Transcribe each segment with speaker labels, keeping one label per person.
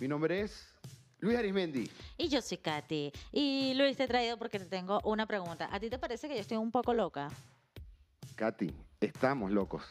Speaker 1: Mi nombre es Luis Arismendi.
Speaker 2: Y yo soy Katy. Y Luis, te he traído porque te tengo una pregunta. ¿A ti te parece que yo estoy un poco loca?
Speaker 1: Katy, estamos locos.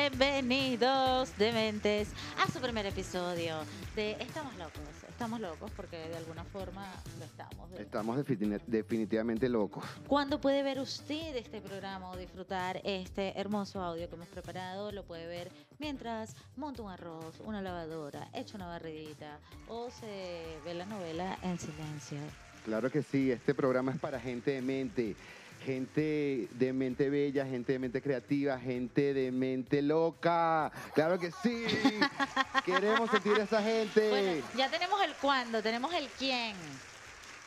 Speaker 2: Bienvenidos, dementes, a su primer episodio de Estamos Locos. Estamos locos porque de alguna forma lo estamos. ¿verdad?
Speaker 1: Estamos defini- definitivamente locos.
Speaker 2: Cuando puede ver usted este programa o disfrutar este hermoso audio que hemos preparado, lo puede ver mientras monta un arroz, una lavadora, echa una barridita o se ve la novela en silencio.
Speaker 1: Claro que sí, este programa es para gente de mente. Gente de mente bella, gente de mente creativa, gente de mente loca. Claro que sí. Queremos sentir a esa gente.
Speaker 2: Bueno, ya tenemos el cuándo, tenemos el quién.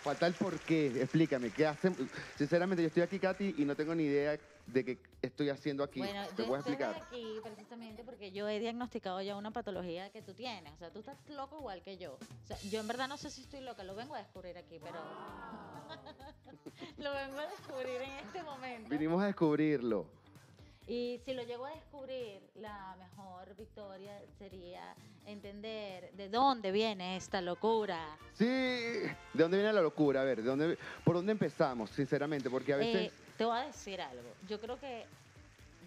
Speaker 1: Falta el por qué. Explícame, ¿qué hacen? Sinceramente, yo estoy aquí, Katy, y no tengo ni idea de qué estoy haciendo aquí.
Speaker 2: Bueno,
Speaker 1: Te
Speaker 2: yo
Speaker 1: voy a
Speaker 2: estoy
Speaker 1: explicar.
Speaker 2: aquí precisamente porque yo he diagnosticado ya una patología que tú tienes. O sea, tú estás loco igual que yo. O sea, yo en verdad no sé si estoy loca, lo vengo a descubrir aquí, pero. lo vengo a descubrir en este momento.
Speaker 1: Vinimos a descubrirlo.
Speaker 2: Y si lo llego a descubrir, la mejor victoria sería entender de dónde viene esta locura.
Speaker 1: Sí. ¿De dónde viene la locura? A ver, ¿de dónde, ¿por dónde empezamos, sinceramente? Porque a veces...
Speaker 2: Eh, te voy a decir algo. Yo creo que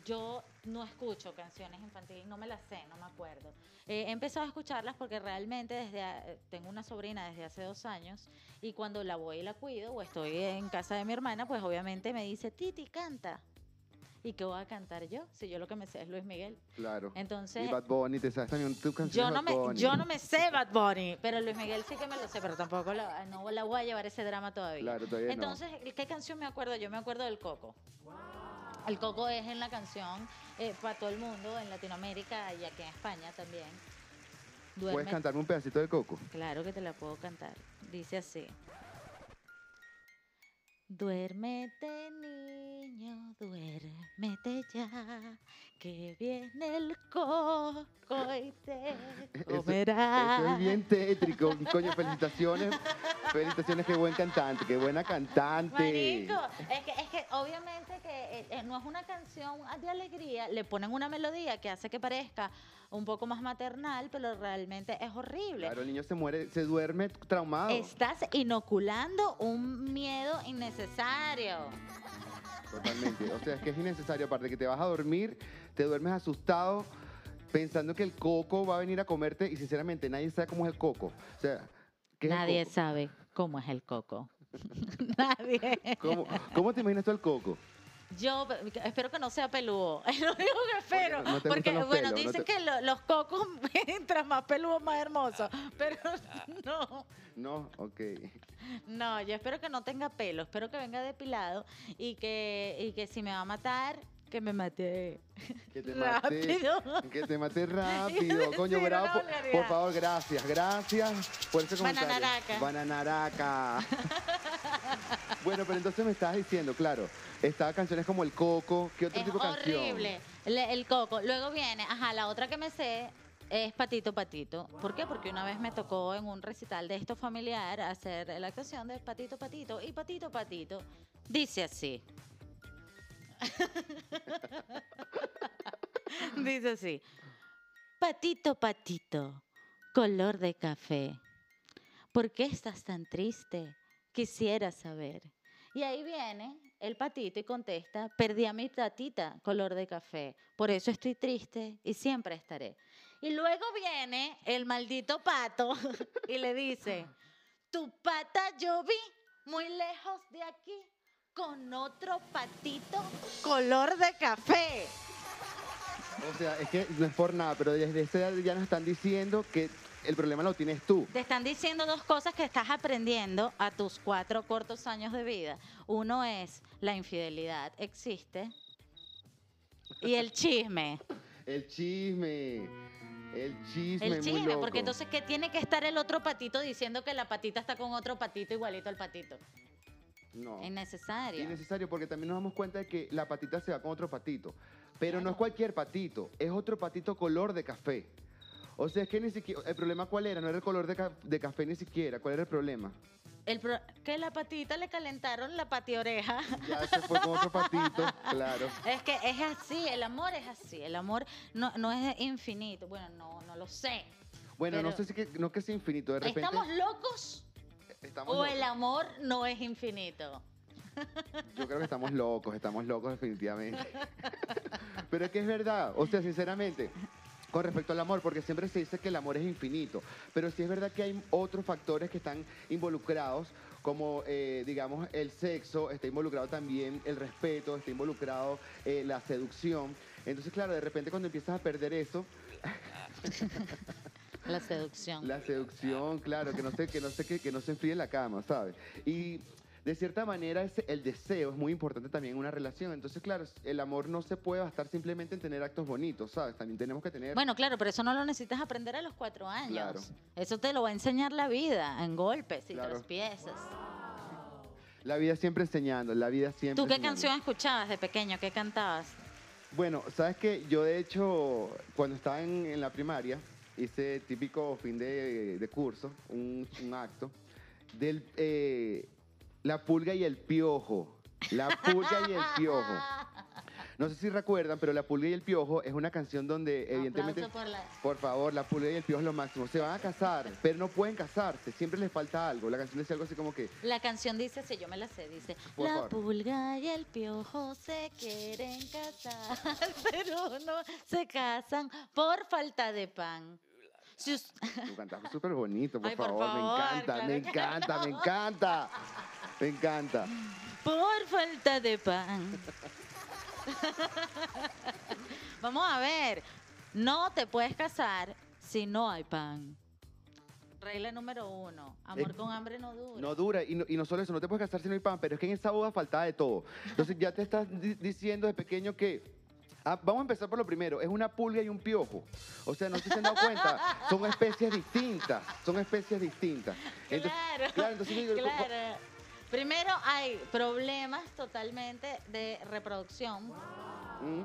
Speaker 2: yo no escucho canciones infantiles, no me las sé, no me acuerdo. Eh, he empezado a escucharlas porque realmente desde a- eh, tengo una sobrina desde hace dos años y cuando la voy y la cuido o estoy en casa de mi hermana, pues obviamente me dice, Titi, canta. ¿Y qué voy a cantar yo? Si yo lo que me sé es Luis Miguel.
Speaker 1: claro.
Speaker 2: Entonces,
Speaker 1: y Bad Bunny, ¿te sabes también tu canción?
Speaker 2: yo no, me, yo no me sé Bad Bunny, pero Luis Miguel sí que me lo sé, pero tampoco la, no la voy a llevar ese drama todavía.
Speaker 1: Claro, todavía no.
Speaker 2: Entonces, ¿qué canción me acuerdo? Yo me acuerdo del Coco. El Coco es en la canción eh, para todo el mundo, en Latinoamérica y aquí en España también. Duerme.
Speaker 1: ¿Puedes cantarme un pedacito de Coco?
Speaker 2: Claro que te la puedo cantar. Dice así. Duérmete niño, duérmete ya, que viene el coco y te
Speaker 1: Eso-
Speaker 2: comerá.
Speaker 1: Eso es bien tétrico. Coño, felicitaciones. Felicitaciones, qué buen cantante, qué buena cantante.
Speaker 2: Marico, es que, es que obviamente que eh, eh, no es una canción de alegría, le ponen una melodía que hace que parezca un poco más maternal, pero realmente es horrible.
Speaker 1: Claro, el niño se muere, se duerme traumado.
Speaker 2: Estás inoculando un miedo innecesario.
Speaker 1: Totalmente. O sea, es que es innecesario. Aparte que te vas a dormir, te duermes asustado, pensando que el coco va a venir a comerte y sinceramente nadie sabe cómo es el coco. O sea, ¿qué es el
Speaker 2: Nadie
Speaker 1: coco?
Speaker 2: sabe cómo es el coco. Nadie.
Speaker 1: ¿Cómo, cómo te imaginas tú el coco?
Speaker 2: Yo pe- que- espero que no sea peludo. Es lo único que espero.
Speaker 1: no te
Speaker 2: porque,
Speaker 1: gustan los pelos,
Speaker 2: bueno,
Speaker 1: no
Speaker 2: dicen
Speaker 1: te-
Speaker 2: que lo- los cocos, mientras más peludo, más hermoso. Pero no.
Speaker 1: No, ok.
Speaker 2: No, yo espero que no tenga pelo. Espero que venga depilado. Y que, y que si me va a matar, que me mate.
Speaker 1: Que te mate.
Speaker 2: Rápido.
Speaker 1: Que te mate rápido. Coño,
Speaker 2: Sí, era
Speaker 1: bravo.
Speaker 2: una
Speaker 1: Por,
Speaker 2: vulgaridad.
Speaker 1: por favor, gracias. Gracias por ese comentario.
Speaker 2: Bananaraca.
Speaker 1: Bananaraca. bueno, pero entonces me estabas diciendo, claro, estaba canciones como El Coco. ¿Qué otro
Speaker 2: Es
Speaker 1: tipo de canción?
Speaker 2: horrible. Le- el coco. Luego viene, ajá, la otra que me sé es Patito Patito. ¿Por qué? Porque una vez me tocó en un recital de esto familiar hacer la actuación de Patito Patito y Patito Patito dice así. dice así. Patito Patito, color de café. ¿Por qué estás tan triste? Quisiera saber. Y ahí viene el patito y contesta, perdí a mi patita color de café, por eso estoy triste y siempre estaré. Y luego viene el maldito pato y le dice, tu pata yo vi muy lejos de aquí con otro patito color de café.
Speaker 1: O sea, es que no es por nada, pero desde ese edad ya nos están diciendo que el problema lo tienes tú.
Speaker 2: Te están diciendo dos cosas que estás aprendiendo a tus cuatro cortos años de vida. Uno es la infidelidad existe y el chisme.
Speaker 1: El chisme. El chisme.
Speaker 2: El
Speaker 1: muy
Speaker 2: chisme,
Speaker 1: loco.
Speaker 2: porque entonces ¿qué tiene que estar el otro patito diciendo que la patita está con otro patito igualito al patito?
Speaker 1: No.
Speaker 2: Es necesario.
Speaker 1: Oh. Innecesario, porque también nos damos cuenta de que la patita se va con otro patito. Pero no
Speaker 2: Claro.
Speaker 1: es cualquier patito, es otro patito color de café. O sea, es que ni siquiera. ¿El problema cuál era? No era el color de, ca- de café ni siquiera. ¿Cuál era el problema?
Speaker 2: El pro- que la patita le calentaron la patioreja.
Speaker 1: Ya se fue con otro patito, claro.
Speaker 2: Es que es así, el amor es así, el amor no, no es infinito. Bueno, no, no lo sé.
Speaker 1: Bueno, no
Speaker 2: Pero-
Speaker 1: sé si que, no que sea infinito, de repente.
Speaker 2: ¿Estamos locos
Speaker 1: estamos
Speaker 2: o
Speaker 1: locos.
Speaker 2: el amor no es infinito?
Speaker 1: Yo creo que estamos locos, estamos locos definitivamente. Pero es que es verdad, o sea, sinceramente, con respecto al amor, porque siempre se dice que el amor es infinito, pero sí es verdad que hay otros factores que están involucrados, como eh, digamos el sexo, está involucrado también el respeto, está involucrado eh, la seducción. Entonces, claro, de repente cuando empiezas a perder eso,
Speaker 2: La seducción.
Speaker 1: la seducción, claro, que no se, que no se, que, que no se enfríe la cama, ¿sabes? Y de cierta manera ese- el deseo es muy importante también en una relación. Entonces, claro, el amor no se puede bastar simplemente en tener actos bonitos, ¿sabes? También tenemos que tener...
Speaker 2: Bueno, claro, pero eso no lo necesitas aprender a los cuatro años.
Speaker 1: Claro.
Speaker 2: Eso te lo va a enseñar la vida en golpes y
Speaker 1: Claro.
Speaker 2: traspiezas.
Speaker 1: La vida siempre enseñando, la vida siempre...
Speaker 2: ¿Tú qué
Speaker 1: enseñando.
Speaker 2: canción escuchabas de pequeño? ¿Qué cantabas?
Speaker 1: Bueno, sabes que yo de hecho, cuando estaba en, en la primaria, hice típico fin de, de curso, un, un acto, del eh, la pulga y el piojo. La pulga y el piojo. No sé si recuerdan, pero La Pulga y el Piojo es una canción donde, evidentemente,
Speaker 2: Aplauso por la-
Speaker 1: por favor, La Pulga y el Piojo es lo máximo. Se van a casar, pero no pueden casarse. Siempre les falta algo. La canción dice algo así como que,
Speaker 2: La canción dice, si yo me la sé, dice,
Speaker 1: Por
Speaker 2: la
Speaker 1: favor.
Speaker 2: pulga y el piojo se quieren casar, pero no se casan por falta de pan. Si us-
Speaker 1: tú cantas súper bonito, por,
Speaker 2: Ay, por
Speaker 1: favor.
Speaker 2: favor,
Speaker 1: Me encanta,
Speaker 2: claro
Speaker 1: me
Speaker 2: que
Speaker 1: encanta, me encanta. Me encanta.
Speaker 2: por falta de pan. Vamos a ver, no te puedes casar si no hay pan. Regla número uno, amor
Speaker 1: Eh,
Speaker 2: con hambre no dura.
Speaker 1: No dura, y no, y no solo eso, no te puedes casar si no hay pan, pero es que en esa boda faltaba de todo. Entonces ya te estás di- diciendo de pequeño que. ah, vamos a empezar por lo primero, es una pulga y un piojo. O sea, no sé si se han dado cuenta, son especies distintas, son especies distintas. Entonces,
Speaker 2: Claro,
Speaker 1: claro, entonces yo digo, ¿cómo-
Speaker 2: claro. Primero hay problemas totalmente de reproducción.
Speaker 1: Mm,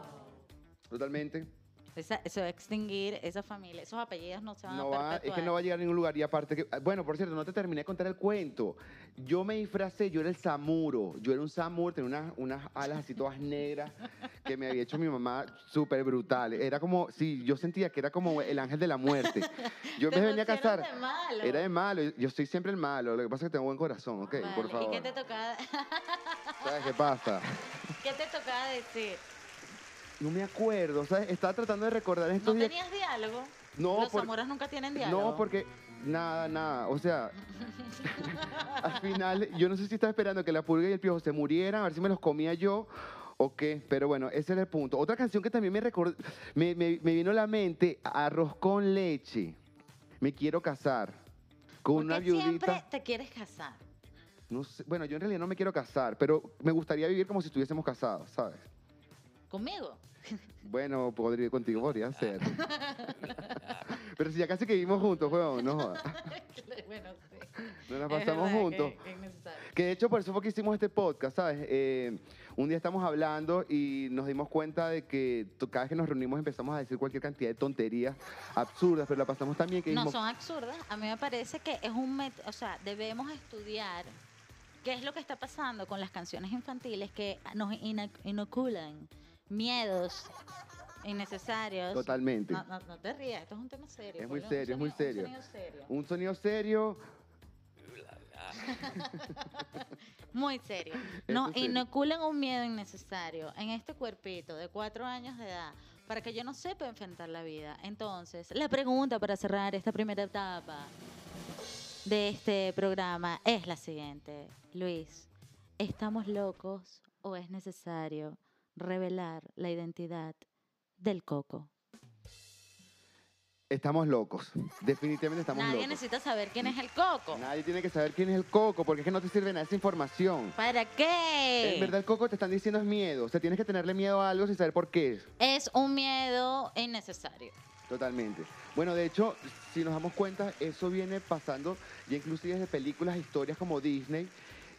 Speaker 1: totalmente.
Speaker 2: Esa- se va a extinguir esa familia, esos apellidos no se van
Speaker 1: No
Speaker 2: a
Speaker 1: va,
Speaker 2: perpetuar.
Speaker 1: es que no va a llegar a ningún lugar. Y aparte que, ah, bueno, por cierto, no te terminé de contar el cuento. Yo me disfracé, yo era el samuro. Yo era un samuro, tenía unas, unas alas así todas negras que me había hecho mi mamá súper brutal. Era como, sí, yo sentía que era como el ángel de la muerte. Yo
Speaker 2: Te
Speaker 1: me venía a
Speaker 2: pusieron
Speaker 1: casar.
Speaker 2: de malo.
Speaker 1: Era de malo, yo soy siempre el malo. Lo que pasa es que tengo buen corazón, ok,
Speaker 2: Vale,
Speaker 1: por favor.
Speaker 2: ¿Y qué te tocaba,
Speaker 1: ¿Sabes qué pasa?
Speaker 2: qué te tocaba decir?
Speaker 1: No me acuerdo, ¿sabes? Estaba tratando de recordar en
Speaker 2: ¿No
Speaker 1: estos días.
Speaker 2: tenías diálogo?
Speaker 1: No,
Speaker 2: Los
Speaker 1: por-
Speaker 2: zamoras nunca tienen diálogo.
Speaker 1: No, porque nada, nada. O sea, al final, yo no sé si estaba esperando que la pulga y el piojo se murieran, a ver si me los comía yo o qué. Pero bueno, ese era el punto. Otra canción que también me, recordó, me, me- me vino a la mente: Arroz con leche. Me quiero casar. Con
Speaker 2: ¿Por
Speaker 1: una
Speaker 2: qué
Speaker 1: viudita.
Speaker 2: siempre te quieres casar.
Speaker 1: No sé, bueno, yo en realidad no me quiero casar, pero me gustaría vivir como si estuviésemos casados, ¿sabes?
Speaker 2: ¿Conmigo?
Speaker 1: Bueno, podría contigo, podría ser. pero si ya casi que vivimos juntos, huevón, no jodas.
Speaker 2: bueno, sí.
Speaker 1: Nos
Speaker 2: Es
Speaker 1: la pasamos
Speaker 2: verdad que-
Speaker 1: juntos.
Speaker 2: que es necesario.
Speaker 1: Que de hecho por eso fue que hicimos este podcast, ¿sabes? Eh, un día estamos hablando y nos dimos cuenta de que to- cada vez que nos reunimos empezamos a decir cualquier cantidad de tonterías absurdas, pero la pasamos también que
Speaker 2: No
Speaker 1: dijimos,
Speaker 2: son absurdas. A mí me parece que es un método, o sea, debemos estudiar qué es lo que está pasando con las canciones infantiles que nos ina- inoculan miedos innecesarios.
Speaker 1: totalmente.
Speaker 2: No, no, no te rías, esto es un tema serio.
Speaker 1: Es muy
Speaker 2: ponle un
Speaker 1: serio, es muy
Speaker 2: sonido- un
Speaker 1: serio.
Speaker 2: sonido serio.
Speaker 1: Un sonido serio,
Speaker 2: Muy serio.
Speaker 1: Es
Speaker 2: No,
Speaker 1: muy serio.
Speaker 2: inoculan un miedo innecesario en este cuerpito de cuatro años de edad para que yo no sepa enfrentar la vida. Entonces, la pregunta para cerrar esta primera etapa de este programa es la siguiente. Luis, ¿estamos locos o es necesario revelar la identidad del coco?
Speaker 1: estamos locos. Definitivamente estamos
Speaker 2: Nadie
Speaker 1: locos.
Speaker 2: necesita saber quién es el coco.
Speaker 1: Nadie tiene que saber quién es el coco, porque es que no te sirve nada esa información.
Speaker 2: ¿Para qué?
Speaker 1: En verdad el coco te están diciendo es miedo, o sea, tienes que tenerle miedo a algo sin saber por qué es.
Speaker 2: Es un miedo innecesario.
Speaker 1: Totalmente. Bueno, de hecho, si nos damos cuenta, eso viene pasando ya inclusive desde películas, historias como Disney,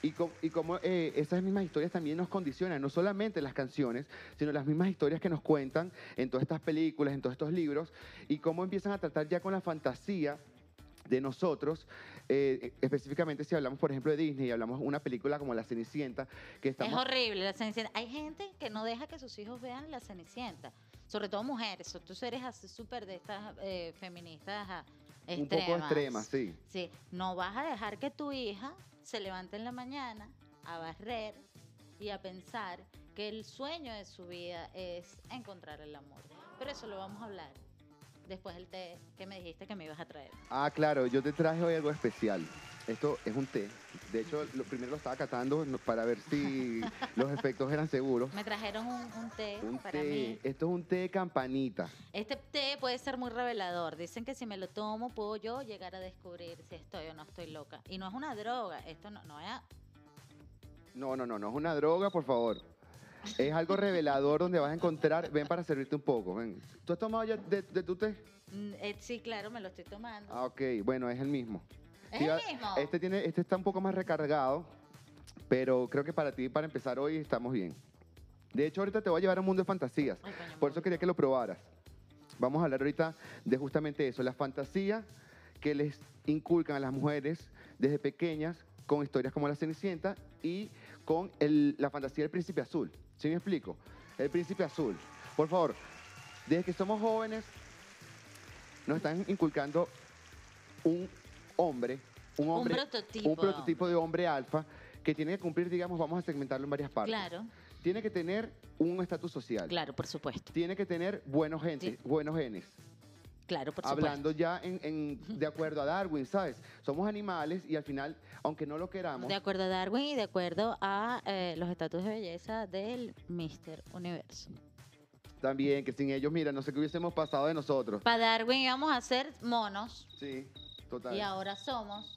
Speaker 1: Y, co- y cómo eh, esas mismas historias también nos condicionan, no solamente las canciones, sino las mismas historias que nos cuentan en todas estas películas, en todos estos libros, y cómo empiezan a tratar ya con la fantasía de nosotros, eh, específicamente si hablamos, por ejemplo, de Disney y hablamos de una película como La Cenicienta, que
Speaker 2: Es
Speaker 1: estamos...
Speaker 2: horrible la Cenicienta. Hay gente que no deja que sus hijos vean la Cenicienta, sobre todo mujeres. Tú eres así súper de estas eh, feministas ah,
Speaker 1: Un poco extrema, sí.
Speaker 2: Sí, no vas a dejar que tu hija se levante en la mañana a barrer y a pensar que el sueño de su vida es encontrar el amor. Pero eso lo vamos a hablar después del té que me dijiste que me ibas a traer.
Speaker 1: Ah, claro, yo te traje hoy algo especial. Esto es un té. De hecho, lo, primero lo estaba catando no- para ver si los efectos eran seguros.
Speaker 2: Me trajeron un, un té
Speaker 1: Un
Speaker 2: para
Speaker 1: té.
Speaker 2: mí.
Speaker 1: Esto es un té de campanita.
Speaker 2: Este té puede ser muy revelador. Dicen que si me lo tomo puedo yo llegar a descubrir si estoy o no estoy loca. Y no es una droga. Esto no, no es... a-
Speaker 1: No, no, no, no es una droga, por favor. Es algo revelador donde vas a encontrar. Ven para servirte un poco. Ven. ¿Tú has tomado ya de, de tu té?
Speaker 2: Mm, eh, sí, claro, me lo estoy tomando.
Speaker 1: Ah, ok. Bueno, es el mismo.
Speaker 2: ¿Es
Speaker 1: Sí,
Speaker 2: el
Speaker 1: va-
Speaker 2: mismo?
Speaker 1: Este, tiene, este está un poco más recargado, pero creo que para ti, para empezar hoy, estamos bien. De hecho, ahorita te voy a llevar a un mundo de fantasías.
Speaker 2: Ay, coño, me
Speaker 1: Por eso
Speaker 2: voy.
Speaker 1: quería que lo probaras. Vamos a hablar ahorita de justamente eso, la fantasía que les inculcan a las mujeres desde pequeñas con historias como La Cenicienta y con el- la fantasía del príncipe azul. ¿Sí me explico? El príncipe azul. Por favor, desde que somos jóvenes nos están inculcando un hombre, un
Speaker 2: Un
Speaker 1: hombre,
Speaker 2: prototipo
Speaker 1: un
Speaker 2: de
Speaker 1: prototipo de hombre alfa que tiene que cumplir, digamos, vamos a segmentarlo en varias partes.
Speaker 2: Claro,
Speaker 1: Tiene que tener un estatus social
Speaker 2: claro, por supuesto.
Speaker 1: tiene que tener buenos genes,
Speaker 2: Sí.
Speaker 1: buenos genes.
Speaker 2: Claro, por
Speaker 1: Hablando ya en, en- de acuerdo a Darwin, ¿sabes? Somos animales y al final, aunque no lo
Speaker 2: supuesto.
Speaker 1: queramos,
Speaker 2: De acuerdo a Darwin y de acuerdo a eh, los estatus de belleza del Mister Universo.
Speaker 1: también, que sin ellos, mira, no sé qué hubiésemos pasado de nosotros.
Speaker 2: Para Darwin íbamos a ser monos
Speaker 1: Sí,
Speaker 2: y
Speaker 1: total.
Speaker 2: ahora somos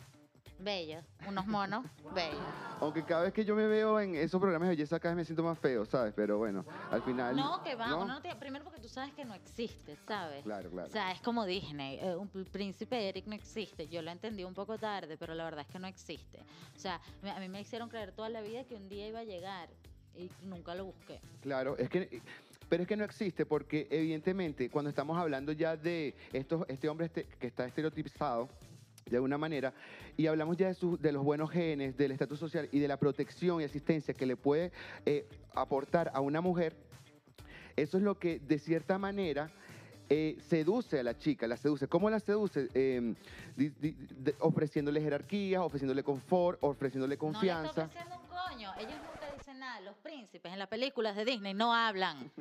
Speaker 2: bellos, unos monos bellos.
Speaker 1: Aunque cada vez que yo me veo en esos programas de belleza, cada vez me siento más feo, ¿sabes? Pero bueno, al final...
Speaker 2: No, que va,
Speaker 1: ¿no?
Speaker 2: uno no tiene- primero porque tú sabes que no existe, ¿sabes?
Speaker 1: Claro, claro.
Speaker 2: O sea, es como Disney, eh, un el príncipe Eric no existe. Yo lo entendí un poco tarde, pero la verdad es que no existe. O sea, me- a mí me hicieron creer toda la vida que un día iba a llegar y nunca lo busqué.
Speaker 1: Claro, es que, eh, pero es que no existe porque evidentemente cuando estamos hablando ya de estos, este hombre este- que está estereotipizado de alguna manera y hablamos ya de, sus- de los buenos genes, del estatus social y de la protección y asistencia que le puede eh, aportar a una mujer, eso es lo que de cierta manera eh, seduce a la chica, la seduce. ¿Cómo la seduce? Eh, di- di- de- ofreciéndole jerarquía, ofreciéndole confort, ofreciéndole
Speaker 2: No le está
Speaker 1: confianza.
Speaker 2: ofreciendo un coño. Ellos nunca dicen nada. Los príncipes en las películas de Disney no hablan.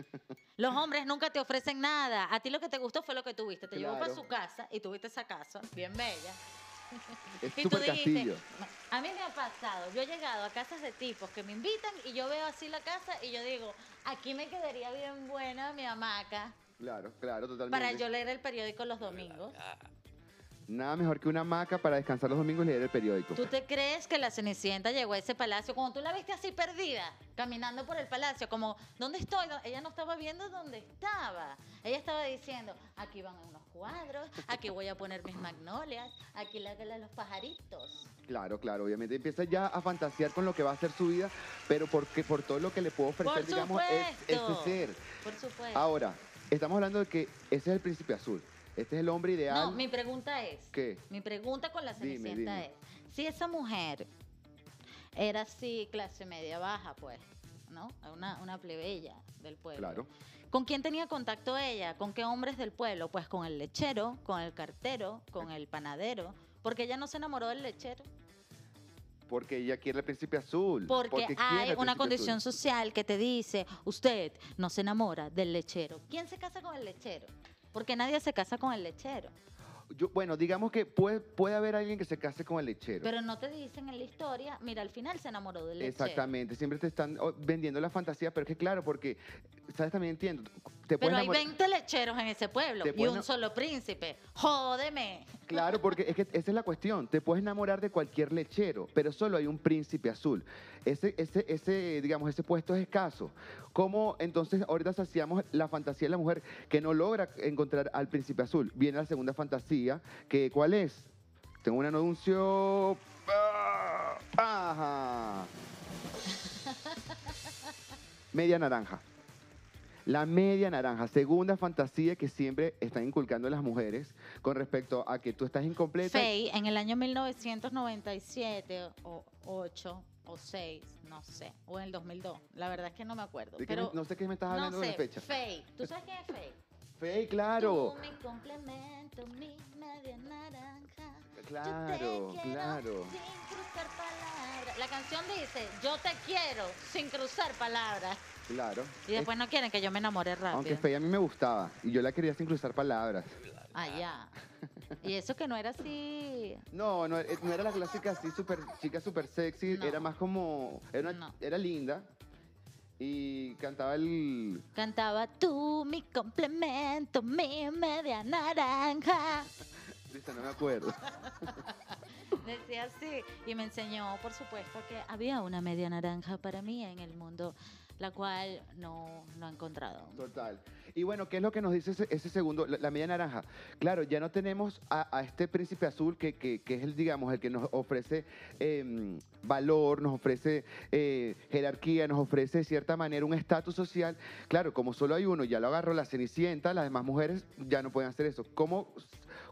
Speaker 2: Los hombres nunca te ofrecen nada. A ti lo que te gustó fue lo que tuviste. Te llevó para
Speaker 1: Claro.
Speaker 2: su casa y tuviste esa casa bien bella.
Speaker 1: es
Speaker 2: Y tú
Speaker 1: súper
Speaker 2: dijiste,
Speaker 1: castillo.
Speaker 2: a mí me ha pasado, yo he llegado a casas de tipos que me invitan y yo veo así la casa y yo digo, aquí me quedaría bien buena mi hamaca
Speaker 1: Claro, claro, totalmente.
Speaker 2: para yo leer el periódico los domingos.
Speaker 1: Nada mejor que una hamaca para descansar los domingos y leer el periódico.
Speaker 2: ¿Tú te crees que la Cenicienta llegó a ese palacio cuando tú la viste así perdida, caminando por el palacio, como, ¿dónde estoy? No, Ella no estaba viendo dónde estaba. Ella estaba diciendo, aquí van unos cuadros, aquí voy a poner mis magnolias, aquí la de los pajaritos.
Speaker 1: Claro, claro, obviamente empieza ya a fantasear con lo que va a ser su vida, pero porque por todo lo que le puedo ofrecer,
Speaker 2: Por
Speaker 1: digamos, es-
Speaker 2: supuesto.
Speaker 1: ese ser.
Speaker 2: Por supuesto.
Speaker 1: Ahora, estamos hablando de que ese es el príncipe azul. Este es el hombre ideal.
Speaker 2: No, mi pregunta es.
Speaker 1: ¿Qué?
Speaker 2: Mi pregunta con la
Speaker 1: Dime,
Speaker 2: Cenicienta
Speaker 1: dime.
Speaker 2: es, si esa mujer era así clase media baja, pues, ¿no? Una, una plebeya del pueblo.
Speaker 1: Claro.
Speaker 2: ¿Con quién tenía contacto ella? ¿Con qué hombres del pueblo? Pues con el lechero, con el cartero, con el panadero. Porque ella no se enamoró del lechero.
Speaker 1: Porque ella quiere el príncipe azul.
Speaker 2: Porque,
Speaker 1: quiere
Speaker 2: hay
Speaker 1: el
Speaker 2: una
Speaker 1: príncipe
Speaker 2: condición
Speaker 1: azul.
Speaker 2: social que te dice, usted no se enamora del lechero. ¿Quién se casa con el lechero? Porque nadie se casa con el lechero.
Speaker 1: Yo- bueno, digamos que puede, puede haber alguien que se case con el lechero.
Speaker 2: Pero no te dicen en la historia, mira, al final se enamoró del lechero.
Speaker 1: Exactamente, siempre te están oh, vendiendo la fantasía, pero es que claro, porque, ¿sabes? También entiendo, te puedes
Speaker 2: Pero hay
Speaker 1: enamorar-
Speaker 2: 20 lecheros en ese pueblo
Speaker 1: Te
Speaker 2: y
Speaker 1: puedes
Speaker 2: un
Speaker 1: enam-
Speaker 2: solo príncipe. Jódeme.
Speaker 1: Claro, porque es que esa es la cuestión. Te puedes enamorar de cualquier lechero, pero solo hay un príncipe azul. Ese, ese, ese, digamos, ese puesto es escaso. ¿Cómo entonces ahorita saciamos la fantasía de la mujer que no logra encontrar al príncipe azul? Viene la segunda fantasía, que ¿cuál es? Tengo un anuncio. ¡Ah! Ajá. Media naranja. La media naranja, segunda fantasía que siempre están inculcando las mujeres con respecto a que tú estás incompleta.
Speaker 2: Faye, en el año 1997 o 8 o 6, no sé, o en el 2002, la verdad es que no me acuerdo.
Speaker 1: ¿De qué
Speaker 2: pero
Speaker 1: me- no sé qué me estás hablando
Speaker 2: no
Speaker 1: de
Speaker 2: sé,
Speaker 1: la fecha.
Speaker 2: Faye, ¿tú sabes quién es Faye?
Speaker 1: Fey, claro.
Speaker 2: Tú mi complemento, mi media naranja.
Speaker 1: Claro,
Speaker 2: yo te quiero
Speaker 1: claro.
Speaker 2: Sin cruzar palabras. La canción dice, yo te quiero sin cruzar palabras.
Speaker 1: Claro.
Speaker 2: Y después no quieren que yo me enamore rápido.
Speaker 1: Aunque Fey a mí me gustaba y yo la quería sin cruzar palabras.
Speaker 2: Allá. Ah, Y eso que no era así.
Speaker 1: No, no, eh, no era la clásica así, super, chica súper sexy,
Speaker 2: No.
Speaker 1: era más como, era, una-
Speaker 2: No.
Speaker 1: era linda y cantaba el...
Speaker 2: Cantaba tú, mi complemento, mi media naranja.
Speaker 1: Dice, no me acuerdo.
Speaker 2: Decía así. Y me enseñó, por supuesto, que había una media naranja para mí en el mundo, la cual no, no he encontrado.
Speaker 1: Total. Y bueno, ¿qué es lo que nos dice ese, ese segundo, la, la media naranja? Claro, ya no tenemos a, a este príncipe azul que, que- que es el, digamos, el que nos ofrece eh, valor, nos ofrece eh, jerarquía, nos ofrece de cierta manera un estatus social. Claro, como solo hay uno, ya lo agarró la cenicienta, las demás mujeres ya no pueden hacer eso. ¿Cómo,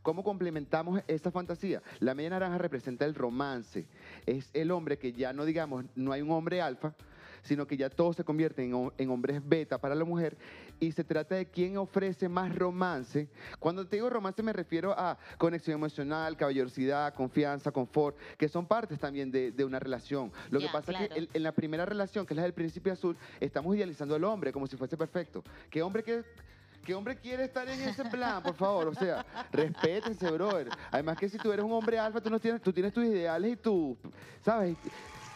Speaker 1: cómo complementamos esa fantasía? La media naranja representa el romance. Es el hombre que ya no, digamos, no hay un hombre alfa, sino que ya todos se convierten en, hom- en hombres beta para la mujer y se trata de quién ofrece más romance. Cuando te digo romance me refiero a conexión emocional, caballerosidad, confianza, confort, que son partes también de, de una relación. Lo que
Speaker 2: Ya,
Speaker 1: pasa es que
Speaker 2: claro.
Speaker 1: el- en la primera relación, que es la del príncipe azul, estamos idealizando al hombre como si fuese perfecto. ¿Qué hombre que... ¿Qué hombre quiere estar en ese plan, por favor? O sea, respétense, brother. Además que si tú eres un hombre alfa, tú, no tienes, tú tienes tus ideales y tú, ¿sabes?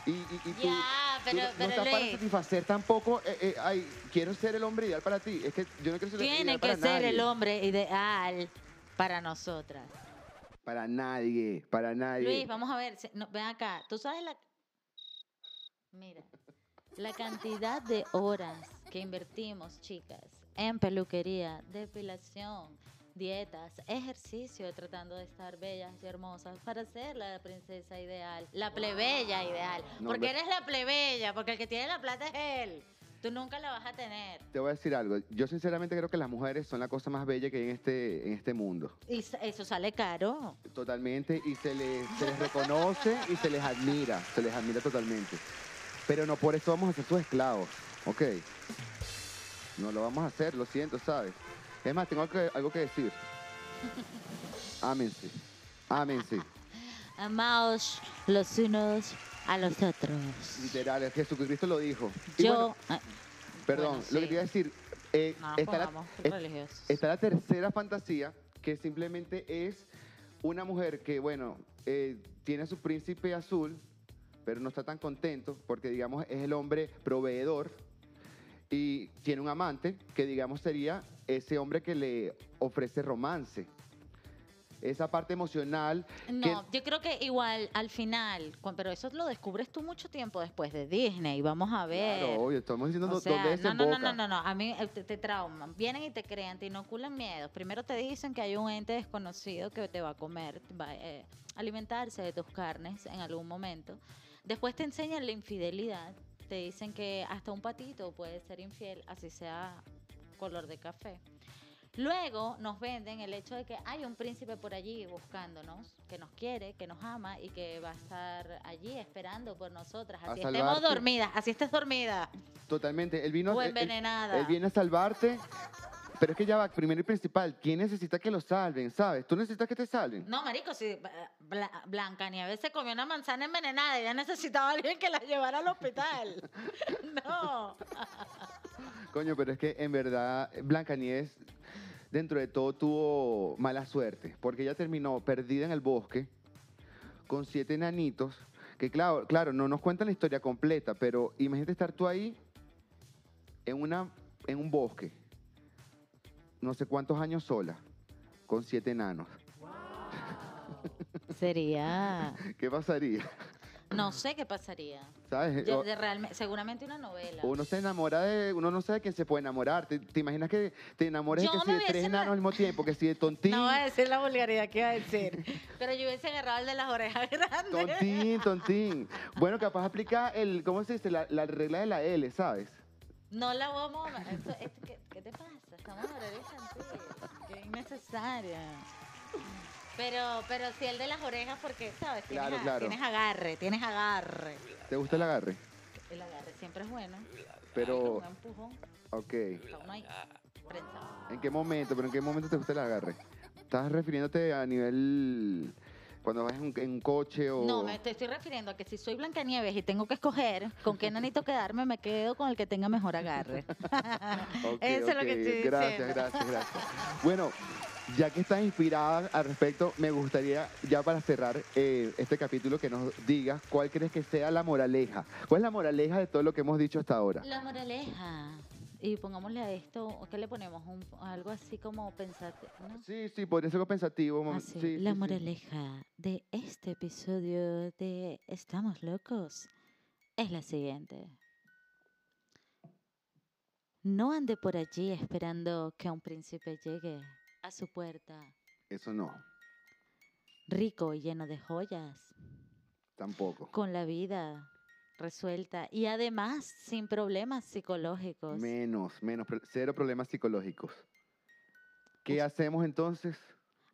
Speaker 1: Y, y, y tú,
Speaker 2: Ya,
Speaker 1: tú
Speaker 2: pero,
Speaker 1: no- no
Speaker 2: pero
Speaker 1: estás para
Speaker 2: Luis,
Speaker 1: satisfacer tampoco, eh, eh, ay, quiero ser el hombre ideal para ti. Es que yo no quiero ser el ideal
Speaker 2: tiene
Speaker 1: para
Speaker 2: que ser
Speaker 1: nadie.
Speaker 2: el hombre ideal para nosotras.
Speaker 1: Para nadie, para nadie.
Speaker 2: Luis, vamos a ver, se- no, ven acá, tú sabes la... Mira, la cantidad de horas que invertimos, chicas, en peluquería, depilación, dietas, ejercicio, tratando de estar bellas y hermosas para ser la princesa ideal, la plebeya ideal.
Speaker 1: No,
Speaker 2: porque
Speaker 1: hombre.
Speaker 2: eres la plebeya, porque el que tiene la plata es él. Tú nunca la vas a tener.
Speaker 1: Te voy a decir algo. Yo sinceramente creo que las mujeres son la cosa más bella que hay en este, en este mundo.
Speaker 2: Y s- eso sale caro.
Speaker 1: Totalmente, y se les, se les reconoce y se les admira, se les admira totalmente. Pero no por eso vamos a ser sus esclavos, ¿ok? No lo vamos a hacer, lo siento, ¿sabes? Es más, tengo algo que, algo que decir. Ámense, ámense.
Speaker 2: Amaos los unos a los otros.
Speaker 1: Literal, Jesucristo lo dijo. Y
Speaker 2: Yo...
Speaker 1: bueno,
Speaker 2: ah,
Speaker 1: perdón,
Speaker 2: bueno,
Speaker 1: lo que
Speaker 2: sí.
Speaker 1: te iba a decir, eh,
Speaker 2: No pues nos
Speaker 1: está, la,
Speaker 2: pongamos
Speaker 1: es-
Speaker 2: religiosos.
Speaker 1: está la tercera fantasía, que simplemente es una mujer que, bueno, eh, tiene a su príncipe azul, pero no está tan contento porque, digamos, es el hombre proveedor y tiene un amante que, digamos, sería ese hombre que le ofrece romance. Esa parte emocional
Speaker 2: No, yo creo que igual al final, cu- pero eso lo descubres tú mucho tiempo después de Disney. Vamos a ver.
Speaker 1: Claro, obvio, estamos diciendo
Speaker 2: Eh. O
Speaker 1: do-
Speaker 2: sea,
Speaker 1: dónde
Speaker 2: no, no, no,
Speaker 1: desemboca.
Speaker 2: no, no, no, a mí eh, te, te trauman, vienen y te crean, te inoculan miedos. Primero te dicen que hay un ente desconocido que te va a comer, va a eh, alimentarse de tus carnes en algún momento. Después te enseñan la infidelidad, te dicen que hasta un patito puede ser infiel, así sea color de café. Luego nos venden el hecho de que hay un príncipe por allí buscándonos, que nos quiere, que nos ama y que va a estar allí esperando por nosotras.
Speaker 1: A
Speaker 2: Así estemos
Speaker 1: salvarte.
Speaker 2: dormidas, así estés dormida.
Speaker 1: Totalmente, él vino...
Speaker 2: O
Speaker 1: él- él-
Speaker 2: envenenada.
Speaker 1: Él viene a salvarte. Pero es que ya va, primero y principal, ¿quién necesita que lo salven? ¿Sabes? ¿Tú necesitas que te salven?
Speaker 2: No, marico, si Blanca Nieves se comió una manzana envenenada, ella necesitaba a alguien que la llevara al hospital. No.
Speaker 1: Coño, pero es que en verdad Blancanieves dentro de todo tuvo mala suerte, porque ella terminó perdida en el bosque con siete nanitos, que claro, claro, no nos cuentan la historia completa, pero imagínate estar tú ahí en una en un bosque. No sé cuántos años sola con siete enanos.
Speaker 2: Sería.
Speaker 1: ¿Qué pasaría?
Speaker 2: No sé qué pasaría.
Speaker 1: ¿Sabes?
Speaker 2: Yo-
Speaker 1: Eh, O-
Speaker 2: de realme- seguramente una novela.
Speaker 1: Uno se enamora de, uno no sabe quién se puede enamorar. ¿Te, te imaginas que te enamores de
Speaker 2: Yo
Speaker 1: que
Speaker 2: me
Speaker 1: si de
Speaker 2: hubiese
Speaker 1: tres
Speaker 2: ena-
Speaker 1: enanos al mismo tiempo, que si de tontín,
Speaker 2: No voy a decir la vulgaridad que iba a decir. Pero yo hubiese agarrado el de las orejas grandes.
Speaker 1: tontín, tontín? Bueno, capaz aplica el, ¿cómo se dice? La, la regla de la L, ¿sabes?
Speaker 2: No la vamos a... Esto, esto- ¿qué, qué te pasa? Estamos en horario infantil. Qué innecesaria. Pero, pero sí el de las orejas porque, ¿sabes? Tienes,
Speaker 1: Claro,
Speaker 2: a-
Speaker 1: claro.
Speaker 2: tienes agarre, tienes agarre.
Speaker 1: ¿Te gusta el agarre?
Speaker 2: El agarre siempre es bueno.
Speaker 1: Pero,
Speaker 2: Un empujón.
Speaker 1: ok. ¿En
Speaker 2: Está uno ahí. prensado.
Speaker 1: qué momento? ¿Pero en qué momento te gusta el agarre? ¿Estás refiriéndote a nivel... cuando vas en un, en un coche o...?
Speaker 2: No, me te estoy refiriendo a que si soy Blancanieves y tengo que escoger con qué nanito quedarme, me quedo con el que tenga mejor agarre.
Speaker 1: Ok,
Speaker 2: Eso es lo que
Speaker 1: ok.
Speaker 2: estoy
Speaker 1: Gracias,
Speaker 2: diciendo.
Speaker 1: gracias, gracias. Bueno, ya que estás inspirada al respecto, me gustaría, ya para cerrar eh, este capítulo, que nos digas cuál crees que sea la moraleja. ¿Cuál es la moraleja de todo lo que hemos dicho hasta ahora?
Speaker 2: La moraleja. Y pongámosle a esto, ¿qué le ponemos? Un- algo así como pensate, ¿no?
Speaker 1: Sí, sí, podría ser algo pensativo. mom-
Speaker 2: Así,
Speaker 1: sí,
Speaker 2: Ah, la
Speaker 1: sí, sí.
Speaker 2: moraleja de este episodio de Estamos Locos es la siguiente. No ande por allí esperando que un príncipe llegue a su puerta,
Speaker 1: Eso no,
Speaker 2: rico y lleno de joyas,
Speaker 1: tampoco.
Speaker 2: con la vida resuelta y además sin problemas psicológicos.
Speaker 1: Menos, menos, pro- cero problemas psicológicos. ¿Qué hacemos entonces?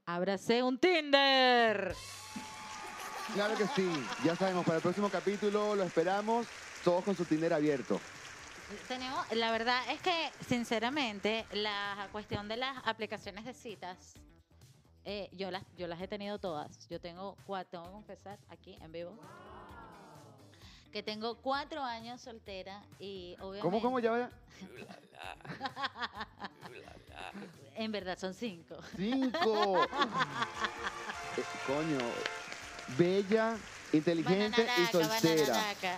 Speaker 2: ¡Ábrase un Tinder!
Speaker 1: Claro que sí, ya sabemos, para el próximo capítulo lo esperamos, todos con su Tinder abierto.
Speaker 2: Tenemos, la verdad es que, sinceramente, la cuestión de las aplicaciones de citas, eh, yo, las, yo las he tenido todas. Yo tengo cuatro, tengo que confesar aquí en vivo, que tengo cuatro años soltera y obviamente...
Speaker 1: ¿Cómo, cómo? Ya vaya.
Speaker 2: En verdad son cinco.
Speaker 1: Cinco. Eh, Coño. Bella, inteligente y
Speaker 2: Bananaraca,
Speaker 1: soltera.
Speaker 2: bananaraca.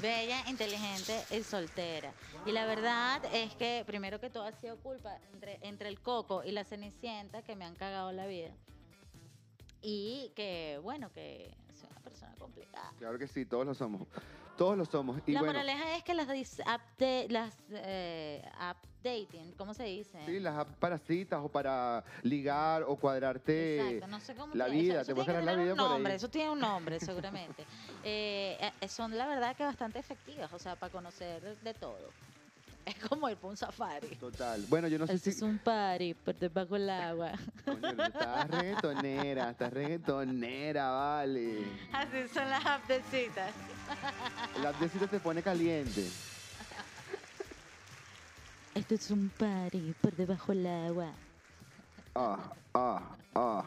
Speaker 2: Bella, inteligente y soltera. Y la verdad es que, primero que todo, ha sido culpa entre, entre el coco y la cenicienta que me han cagado la vida. Y que, bueno, que soy una persona complicada.
Speaker 1: Claro que sí, todos lo somos. Todos lo somos. Y
Speaker 2: la
Speaker 1: bueno,
Speaker 2: moraleja es que las dis- upda- las eh, updating, ¿cómo se dice?
Speaker 1: sí, las apps para citas o para ligar o cuadrarte.
Speaker 2: Exacto, no sé cómo
Speaker 1: la
Speaker 2: tiene- eso-
Speaker 1: vida,
Speaker 2: eso
Speaker 1: te puedes
Speaker 2: tiene
Speaker 1: ganar
Speaker 2: que
Speaker 1: la vida
Speaker 2: tener un
Speaker 1: por ahí.
Speaker 2: nombre, Eso tiene un nombre, seguramente. Eh, eh, son la verdad que bastante efectivas, o sea, para conocer de todo. Es como ir por un safari.
Speaker 1: Total. Bueno, yo no sé
Speaker 2: Eso
Speaker 1: si.
Speaker 2: Este es un party, pero debajo del agua.
Speaker 1: Coño, estás reggaetonera, estás reggaetonera, vale.
Speaker 2: Así son las aptecitas.
Speaker 1: La citas te pone caliente.
Speaker 2: Esto es un party, por debajo del agua.
Speaker 1: Ah, ah, ah.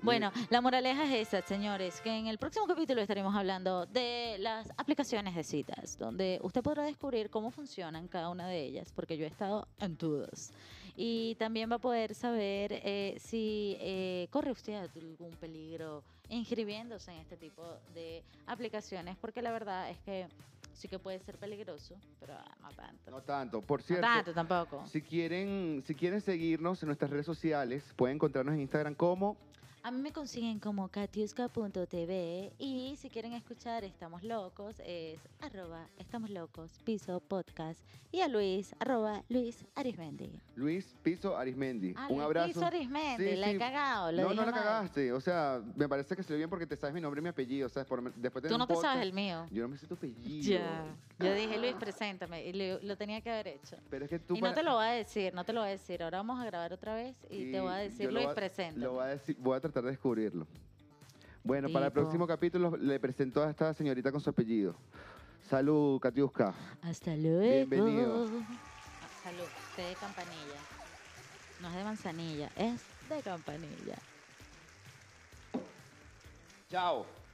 Speaker 2: Bueno, la moraleja es esa, señores, que en el próximo capítulo estaremos hablando de las aplicaciones de citas, donde usted podrá descubrir cómo funcionan cada una de ellas, porque yo he estado en todas. Y también va a poder saber eh, si eh, corre usted algún peligro inscribiéndose en este tipo de aplicaciones, porque la verdad es que sí que puede ser peligroso, pero ah, no tanto.
Speaker 1: No tanto. Por
Speaker 2: No
Speaker 1: cierto.
Speaker 2: tanto tampoco.
Speaker 1: Si quieren, si quieren seguirnos en nuestras redes sociales, pueden encontrarnos en Instagram como
Speaker 2: A mí me consiguen como katiuska.tv y si quieren escuchar Estamos Locos es arroba Estamos Locos, piso podcast y a Luis arroba Luis Arismendi.
Speaker 1: Luis Piso Arismendi.
Speaker 2: Ah,
Speaker 1: Un
Speaker 2: Luis
Speaker 1: abrazo.
Speaker 2: Piso Arismendi,
Speaker 1: Sí,
Speaker 2: la
Speaker 1: sí.
Speaker 2: he cagado. Lo
Speaker 1: no,
Speaker 2: dije
Speaker 1: no la
Speaker 2: mal.
Speaker 1: cagaste. O sea, me parece que se ve bien porque te sabes mi nombre y mi apellido. ¿sabes? Por, después de
Speaker 2: Tú
Speaker 1: un
Speaker 2: no te sabes
Speaker 1: podcast,
Speaker 2: el mío.
Speaker 1: Yo no me sé tu apellido.
Speaker 2: Ya. Yo dije, Luis, preséntame. Y lo, lo tenía que haber hecho.
Speaker 1: Pero es que tú
Speaker 2: Y no
Speaker 1: para-
Speaker 2: te lo voy a decir, no te lo voy a decir. Ahora vamos a grabar otra vez y, te voy a
Speaker 1: yo
Speaker 2: decir,
Speaker 1: lo
Speaker 2: Luis,
Speaker 1: voy a-
Speaker 2: preséntame.
Speaker 1: Lo voy a, decir- voy a tratar de descubrirlo. Bueno, para el
Speaker 2: Tipo.
Speaker 1: próximo capítulo le presento a esta señorita con su apellido. Salud, Katiuska.
Speaker 2: Hasta luego.
Speaker 1: Bienvenido.
Speaker 2: Ah, Salud, té de campanilla. No es de manzanilla, es de campanilla.
Speaker 1: Chao.